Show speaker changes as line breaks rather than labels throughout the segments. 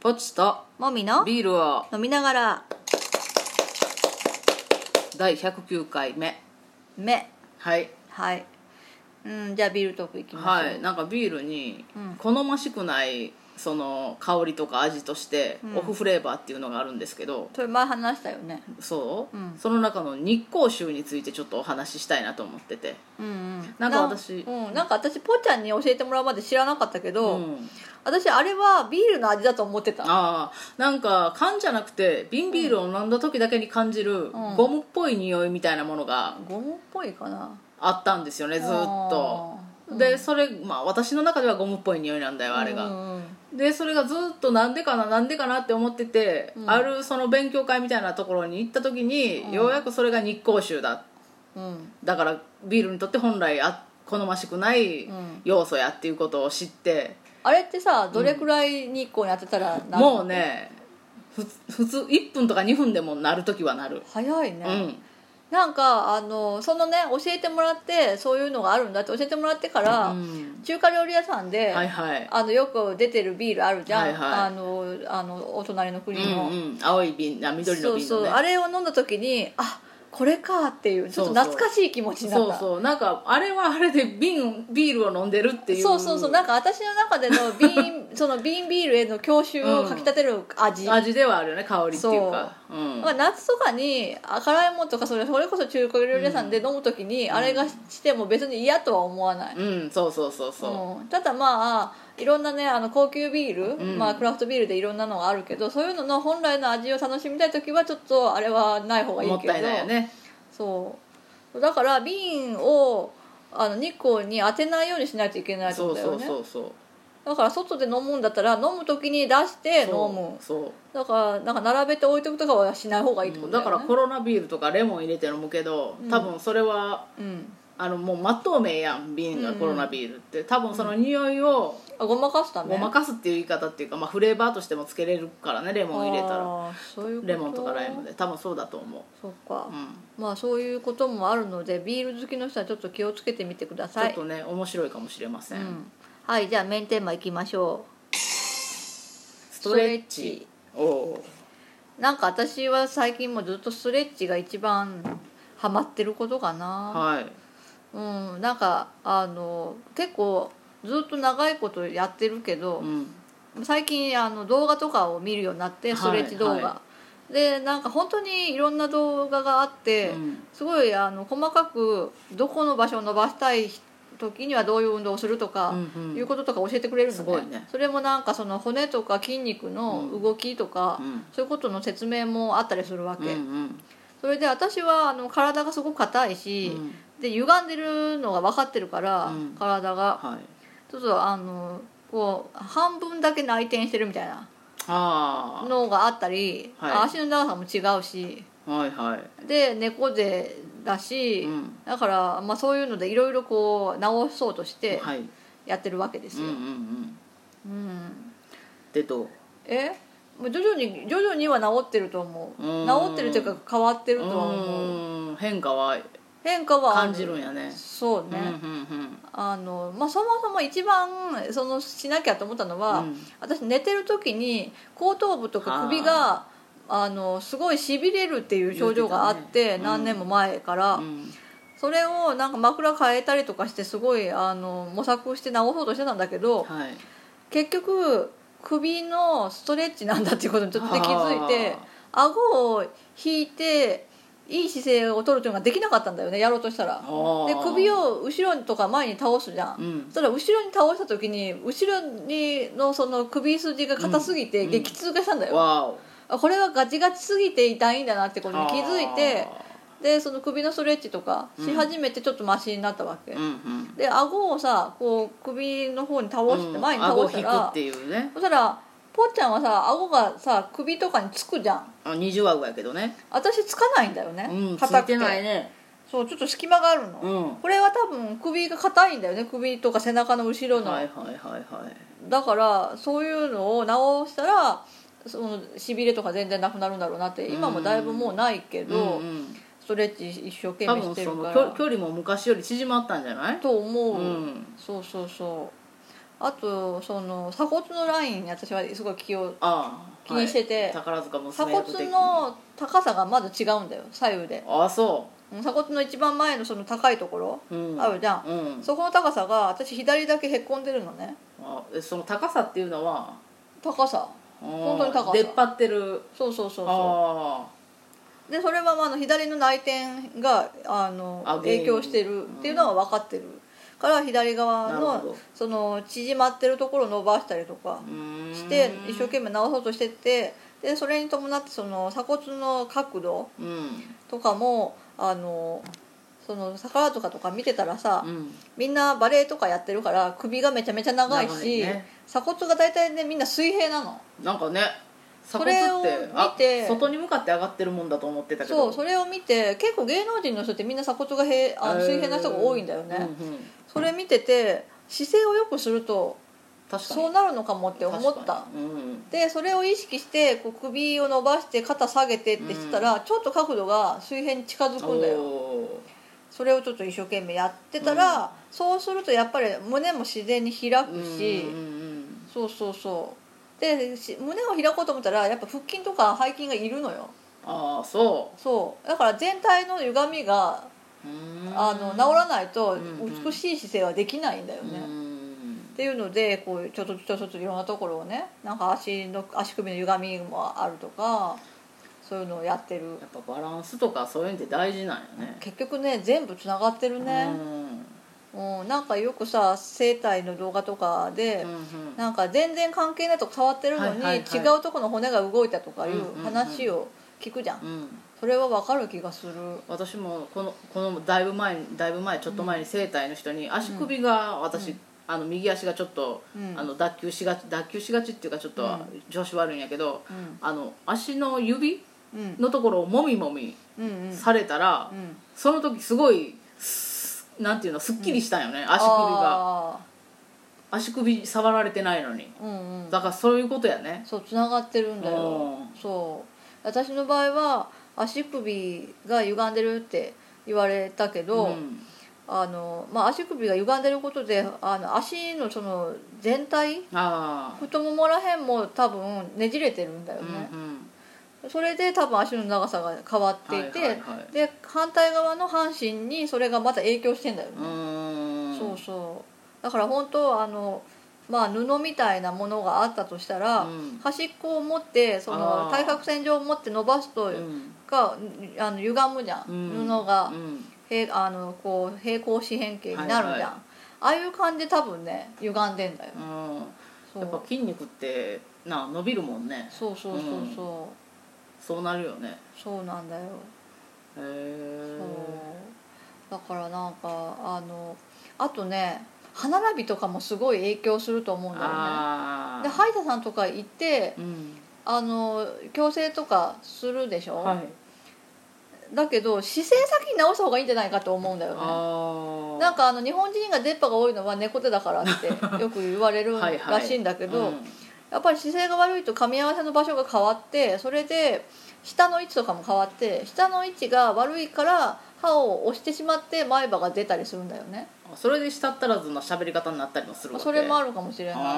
ポチと
もみの
ビールを
飲みながら
第109回目
目
はい
はい、うん、じゃあビールトークいきましょう、
はいなんかビールに好ましくないその香りとか味としてオフフレーバーっていうのがあるんですけど、
それ前話したよね
そう、
うん
その中の日光臭についてちょっとお話ししたいなと思ってて
うんうん
なんか私
なうん、なんか私ぽーちゃんに教えてもらうまで知らなかったけど、
うん
私あれはビールの味だと思ってた
ああなんか缶じゃなくて瓶ビールを飲んだ時だけに感じる
ん
ゴムっぽい匂いみたいなものが
ゴムっぽいかな
あったんですよねずっと
あー
でそれまあ私の中ではゴムっぽい匂いなんだよあれ
う
が
んうん
でそれがずっとなんでかななんでかなって思ってて、
うん
あるその勉強会みたいなところに行った時に、ようやくそれが日光臭だ
うん
だからビールにとって本来あ好ましくない
うん
要素やっていうことを知って、
あれってさどれくらい日光に当てたらなる
もうねふ普通1分とか2分でもなる時はなる、
早いね、
うん
なんかあのそのね教えてもらってそういうのがあるんだって教えてもらってから、
うん
中華料理屋さんで、
はいはい
あのよく出てるビールあるじゃん、
はいはい
あのあのお隣の
う
国の、
んうん青い瓶あ緑の
そう
瓶
そ
の
う
ね
あれを飲んだ時にあこれかっていうちょっと懐かしい気持ちになっ
そう
た
そうなんかあれはあれで瓶ビールを飲んでるっていう
そうそうそうなんか私の中で の瓶その瓶ビールへの郷愁をかきたてる味、
味ではあるよね香りっていうかうん
まあ夏とかにあ辛いものとかそれそれこそ中華料理屋さんで飲む時に、あれがしても別に嫌とは思わない、
うんそうそうそうそ
うんただまあいろんなねあの高級ビール、
ん
まあ、クラフトビールでいろんなのがあるけどそういうのの本来の味を楽しみたい時はちょっとあれはない方
う
がい
も
い
っ
けど
たいないよね
そうだから瓶をあの日光に当てないようにしないといけないって
そ
こ
う
とだよ
そ
ね
うそうそう
だから外で飲むんだったら飲む時に出して飲む
そう
だからなんか並べて置いとくとかはしない方がいいって
そ
こ
う
と
だ
だ
か
よ、ね
らコロナビールとかレモン入れて飲むけど
うん
多分それは
うん
あのもう真っ透明やん瓶が
うん
コロナビールって多分その匂いを
あごまかすため
ごまかすっていう言い方っていうかまあフレーバーとしてもつけれるからねレモン入れたら
あーそういうこと
レモンとかライムで多分そうだと思
そっか、
ううん
まあそういうこともあるのでビール好きの人はちょっと気をつけてみてくだ
ちょ
さ
っ
い
とね面白いかもしれませ
うんん、はいじゃあメインテーマいきましょ
ストレッチおお
うなんか私は最近もずっとストレッチが一番ハマってることかな、
はい
うんなんかあの結構ずっと長いことやってるけど
う、ん
最近あの動画とかを見るようになって
はい
ストレッチ動画、
は
でなんか本当にいろんな動画があって、
うん
すごいあの細かくどこの場所を伸ばしたい時にはどういう運動をするとか、
うんうん
いうこととか教えてくれるの、
す
ね、
ごいね
それもなんかその骨とか筋肉の動きとか、
うん
そういうことの説明もあったりするわ
うん
け、
うん
それで私はあの体がすごく硬いし、
うん
で歪んでるのが分かってるから、
うん
体が
はい
ちょっとあのこう半分だけ内転してるみたいな
あ
のがあったり、
はい
あ足の長さも違うし
あはいはい
で猫背だし、
うん
だから、まあ、そういうのでいろいろこう直そうとして
はい
やってるわけです
うん
よ、
うんうん
うん
でどう
えもう徐々に徐々には治ってると思う
うん
治ってるというか変わってる
う
とは思う
ーん変化は
変化はあ
感じるんやね
そうね、
うんうん
あのまあ、そもそも一番そのしなきゃと思ったのは、
うん
私寝てる時に後頭部とか首があのすごいしびれるっていう症状があっ
言って
て
たねうん
何年も前から、
うんうん
それをなんか枕変えたりとかしてすごいあの模索して治そうとしてたんだけど
はい
結局首のストレッチなんだっていうことにちょっとで気づいて顎を引いていい姿勢を取るというのができなかったんだよねやろうとしたら。で首
を
を後ろとか前に倒すじゃん、
うん
そしたら後ろに倒した時に後ろにのその首筋が硬すぎて
うん
激痛がしたんだよ、
わお
あこれはガチガチすぎて痛いんだなってことに気づいてでその首のストレッチとかし始めてちょっとマシになったわけ、
あーうんうん
で顎をさこう首の方に倒して前に
顎を
倒した
引く
ら、
っていうね
そしたらぽっちゃんはさ顎がさ首とかにつくじゃん
あ二重顎やけどね
私つかないんだよね、
うんつ
硬
い
くて
てないね
そうちょっと隙間があるの、
うん
これは多分首が硬いんだよね首とか背中の後ろの、
はいはいはいはい
だからそういうのを直したらそのしびれとか全然なくなるんだろうなって今もだいぶもうないけど、
うんうん
ストレッチ一生懸
多
命し
分
て
そ
る
の
か
距
ら
距離も昔より縮まったんじゃない
と思う、
うん
そうそうそうあとその鎖骨のラインに私はすごい気を
ああ
気にしてて
はい宝塚も
鎖骨の高さがまず違うんだよ左右で
ああそ
うん鎖骨の一番前のその高いところ
う、うん、
あるじゃん、
うん
そこの高さが私左だけへこんでるのね
あえその高さっていうのは
高さ
本
当に高さ
出っ張ってる
そうそうそうそ
あ
うでそれはまああの左の内転があの
あ原因
影響してるっていうのは分かってる、から左側
なるほ
の
ど
その縮まってるところを伸ばしたりとか
あうーん
して一生懸命直そうとしてってでそれに伴ってその鎖骨の角度
うん
とかもあのその宝塚とか見てたらさ、
うん
みんなバレエとかやってるから首がめちゃめちゃ長いし
長いね
鎖骨が大体ねみんな水平なの
なんかね鎖
そ
骨
れ
って
を見て
あ外に向かって上がってるもんだと思ってたけど
そうそれを見て結構芸能人の人ってみんな鎖骨がへあの
えー
水平な人が多いんだよね、
うんうん
それ見てて姿勢を良くすると
確かに
そうなるのかもって思っ
確
た
かにうん
でそれを意識してこう首を伸ばして肩下げてってしてたら、ちょっと角度が水平に近づくんだよ
お
それをちょっと一生懸命やってたら、そうするとやっぱり胸も自然に開
ー
くし、
うんうん
そうそうそうでし胸を開こうと思ったらやっぱ腹筋とか背筋がいるのよ
ああそ
そうだから全体の歪みが
ううーん
あの治らないと
うん
美しい姿勢はできないんだよね、
う
っ
ん
ていうのでこうちょっとちょっとちょっといろんなところをねなんか足の足首の歪みもあるとかそういうのをやってる
やっぱバランスとかそういうのって大事なんやね
結局ね全部つながってるね、
うん
うん、なんかよくさ整体の動画とかで、
うんうん
なんか全然関係ないとこ触ってるのに、
はいはいはい
違うとこの骨が動いたとかいう話を聞くじゃん,、
うん
それは分かる気がする
私もこのこのだいぶ前にだいぶ前ちょっと前に整体の人に足首が私、あの右足がちょっと、
うん
あの脱臼しがち脱臼しがちっていうかちょっと
うん
調子悪いんやけど、
うん
あの足の指
うん
のところをもみもみ
うんうん
されたら、
うん
その時すごいすなんていうのすっきりしたんよね、足首が
あ
足首触られてないのに
ーうんうん
だからそういうことやね
そうつながってるんだよ
うん
そう私の場合は足首が歪んでるって言われたけど、
ん
あのまあ、足首が歪んでることであの足のその全体
ああ、
太ももらへんも多分ねじれてるんだよ
う
ね、
んうん、
それで多分足の長さが変わっていて、
はいはいはい
で反対側の半身にそれがまた影響してんだよ
う
ね、
ーん
そうそうだから本当あのまあ布みたいなものがあったとしたら、
うん
端っこを持ってその
あー
対角線上を持って伸ばすと、
うん
があの歪むじゃん、
うん
布が
うん
平あのこう平行四辺形になるじゃん、
はいはい
ああいう感じで多分ね歪んでんだよ、
う
そ
ん、やっぱ
う
筋肉ってな伸びるもんね
そうそうそうそう、
そうなるよね
そうなんだよ
へえ
そうだからなんかあのあとね歯並びとかもすごい影響すると思うんだよね
ああ
で歯医者さんとか行って
うん
あの矯正とかするでしょ、
はい
だけど姿勢先に直した方がいいんじゃないかと思うんだよね
ああ
なん
か
かあの日本人が出っ歯が多いのは猫手だからってよく言われる
はいはい
らしいんだけど
うん
やっぱり姿勢が悪いと噛み合わせの場所が変わってそれで下の位置とかも変わって下の位置が悪いから歯を押してしまって前歯が出たりするんだよね
それでしたったらずな喋り方になったりもするわけ
それもあ
る
るかもしれな
あ
い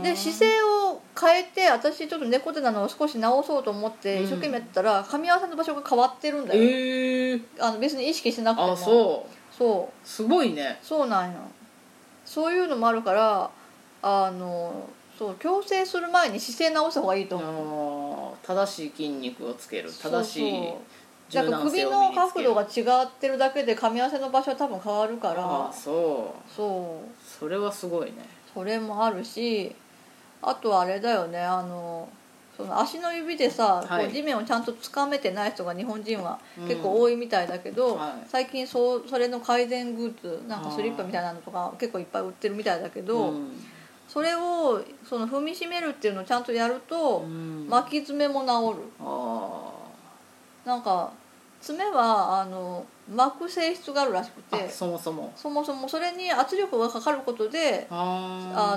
ー
で姿勢を変えて私ちょっと猫手なのを少し直そうと思って
うん
一生懸命やったら噛み合わせの場所が変わってるんだよ、
ええー、
あの別に意識してなくても
あそう
そう
すごいね
そうなんよそういうのもあるからあのそう矯正する前に姿勢直した方がいいと思う
あー正しい筋肉をつける正しい
だ
柔
から
軟
首
性を
の
身につけ
角
る
度が違ってるだけで噛み合わせの場所は多分変わるか
あ
ら
ーそう
そう
それはすごいね
それもあるしあとはあれだよねあのその足の指でさ、
はい
こう地面をちゃんとつかめてない人が日本人は
うん
結構多いみたいだけど、
はい
最近そうそれの改善グッズなんかスリッパみたいなのとか結構いっぱい売ってるみたいだけど、
ん
それをその踏みしめるっていうのをちゃんとやると、
うん
巻き爪も治る。
あ
なんか爪はあの巻く性質があるらしく
ーあ
て
そもそも
そもそもそれに圧力がかかることであ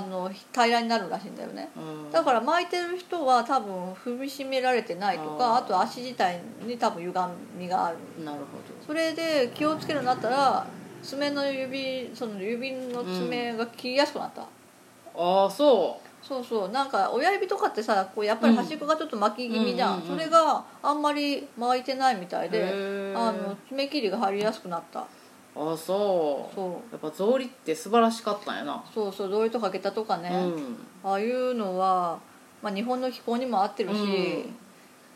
あ
の平らになるらしいんだよね
あ、うん
だから巻いてる人は多分踏みしめられてないとか
あー
あと足自体に多分歪みがある
なるほ
それで気をつけるようになったら爪の指その指の爪が切りやすくなった、
どああそ
そうそうなんか親指とかってさこうやっぱり端っこがちょっと巻き気味じゃ
う
ん、
んうんうんうん
それがあんまり巻いてないみたいうで
へー
あの爪切りが入りやすくなった
ああそう
そう
やっぱ草履って素晴らしかったんやな、
そうそう同意とかけたとかね、
うん
ああいうのは、まあ、日本の気候にも合ってるし、
うん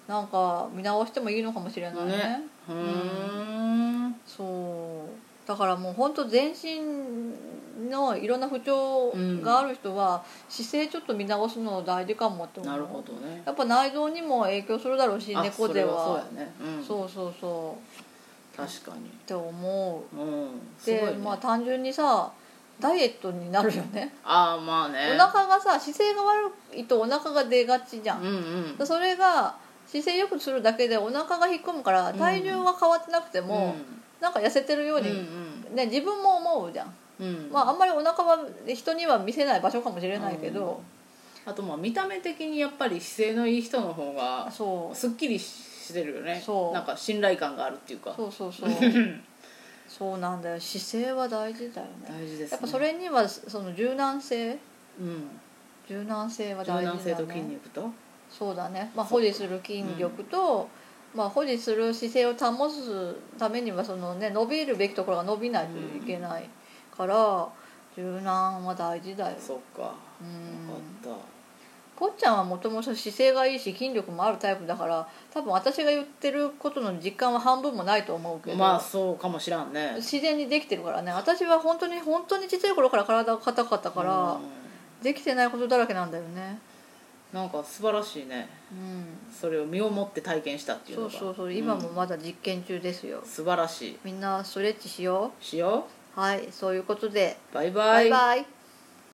なんか見直してもいいのかもしれないね
ねふーん
そうだからもう本当全身のいろんな不調がある人は、姿勢ちょっと見直すの大事かもって思う
なるほどね
やっぱ内臓にも影響するだろうし
あ
猫
そ
背
れ
は
そうやね、うん、
そうそうそう
確かに
って思
うん
う
すごい、
で、
ね、
まあ単純にさダイエットになるよね、
ああまあね
お腹がさ姿勢が悪いとお腹が出がちじゃん、
うんうん
それが姿勢良くするだけでお腹が引っ込むから
うん
体重は変わってなくても、なんか痩せてるよう
うん
に、
うん
ね、自分も思うじゃん、
うんうん
まああんまりお腹は人には見せない場所かもしれないけど、
あとまあ見た目的にやっぱり姿勢のいい人の方が
そう
すっきりしてるよね
そう
なんか信頼感があるっていうか
そうそ うそうそうなんだよ姿勢は大事だよね
大事ですね
やっぱそれにはその柔軟性
うん
柔軟性は
柔
大事だ
軟
ね
性と筋肉と
そうだね、まあ、
そ
保
う
持する筋力と、まあ、保持する姿勢を保つためにはその、ね、伸びるべきところが伸びないといけないから、柔軟は大事だよ
そっか
うん
分かっ
こっちゃんはもともと姿勢がいいし筋力もあるタイプだから多分私が言ってることの実感は半分もないと思うけ
た
ど、
まあそうかもしらんね
自然にできてるからね私は本当に本当にちっちゃい頃から体が硬かったから、
うん
できてないことだらけなんだよね
なんか素晴らしいね
うん
それを身をもって体験したっていう
そ
の
う
が
そうそう、
ん
今もまだ実験中ですよ
素晴らしい
みんなストレッチしよ
しよ
うはいそういうことで
うバイバイ
バイバイ